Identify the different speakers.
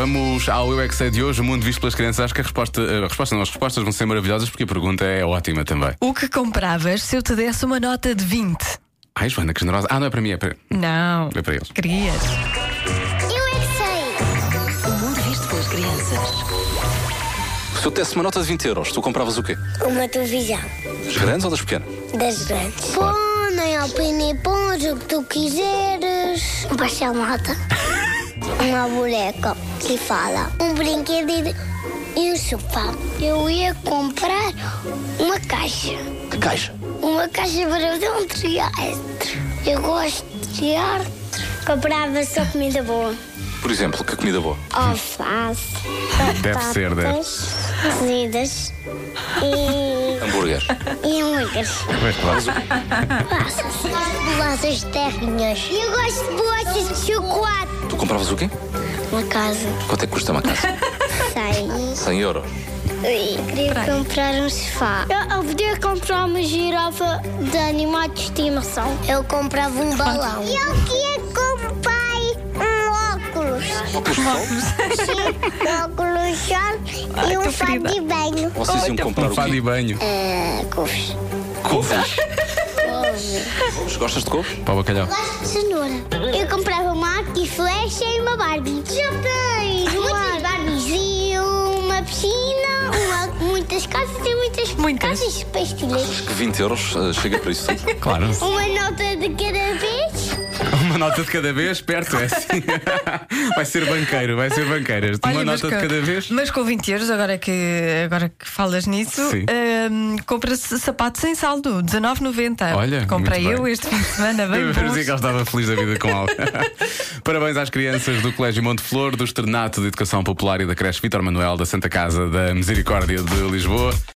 Speaker 1: Vamos ao Eu é que Sei de hoje, o mundo visto pelas crianças. Acho que a resposta, a resposta não, as respostas vão ser maravilhosas porque a pergunta é ótima também.
Speaker 2: O que compravas se eu te desse uma nota de 20?
Speaker 1: Ai, Joana, que generosa. Ah, não é para mim, é para,
Speaker 2: Não.
Speaker 1: é para eles.
Speaker 2: Querias.
Speaker 3: Eu é que sei!
Speaker 4: O mundo visto pelas crianças.
Speaker 5: Se eu te desse uma nota de 20 euros, tu compravas o quê?
Speaker 3: Uma televisão
Speaker 5: Das grandes ou das pequenas?
Speaker 3: das grandes. Põe, alpine, pões o que tu quiseres. Um pastel malta. Uma boneca que fala. Um brinquedo e- e um sofá. Eu ia comprar uma caixa.
Speaker 5: Que caixa?
Speaker 3: Uma caixa para fazer um teatro. Eu gosto de teatro. Comprava só comida boa.
Speaker 5: Por exemplo, que comida boa?
Speaker 3: Alface.
Speaker 1: Deve ser, deve.
Speaker 3: batatas Cozidas. E...
Speaker 5: Hambúrguer.
Speaker 3: E hambúrgueres.
Speaker 1: Mas claro.
Speaker 3: Bolachas. Bolachas de terrinhas. Eu gosto de bolachas de chocolate.
Speaker 5: Tu compravas o quê?
Speaker 3: Uma casa.
Speaker 5: Quanto é que custa uma casa?
Speaker 3: Sei.
Speaker 5: 100 euros.
Speaker 3: Eu queria comprar um sofá. Eu, podia comprar uma girafa de animal de estimação. Eu comprava um balão. Eu queria comprar um óculos.
Speaker 5: Óculos de sol?
Speaker 3: óculos sol e um fato de banho.
Speaker 5: Vocês iam comprar
Speaker 1: Um
Speaker 5: o
Speaker 1: fado e
Speaker 5: quê?
Speaker 1: banho.
Speaker 3: Uh, couves.
Speaker 5: Couves. Couves. Gostas de couves?
Speaker 1: Para o bacalhau.
Speaker 3: Gosto de cenoura. Eu comprava uma arco e flecha e uma Barbie. Já tens muitas Barbies. E uma piscina, uma- muitas casas e muitas,
Speaker 2: Muitas.
Speaker 3: casas de pastilhas.
Speaker 5: Acho que 20 euros eh, chega para isso. tudo.
Speaker 1: Claro.
Speaker 3: Uma nota de cada vez.
Speaker 1: Uma nota de cada vez, perto é assim. Vai ser banqueiro, vai ser banqueiro. este. Uma
Speaker 2: Olha, mas
Speaker 1: nota de
Speaker 2: com-
Speaker 1: cada vez.
Speaker 2: Mas com 20 euros, agora que, agora que falas nisso,
Speaker 1: Sim.
Speaker 2: hum, compra-se sapatos sem saldo, 19,90.
Speaker 1: Olha,
Speaker 2: Comprei
Speaker 1: muito
Speaker 2: eu
Speaker 1: bem.
Speaker 2: este fim de semana, bem
Speaker 1: Parecia que
Speaker 2: bons.
Speaker 1: ela estava feliz da vida com algo. Parabéns às crianças do Colégio Monte Flor, do Externato de Educação Popular e da Creche Vitor Manuel da Santa Casa da Misericórdia de Lisboa.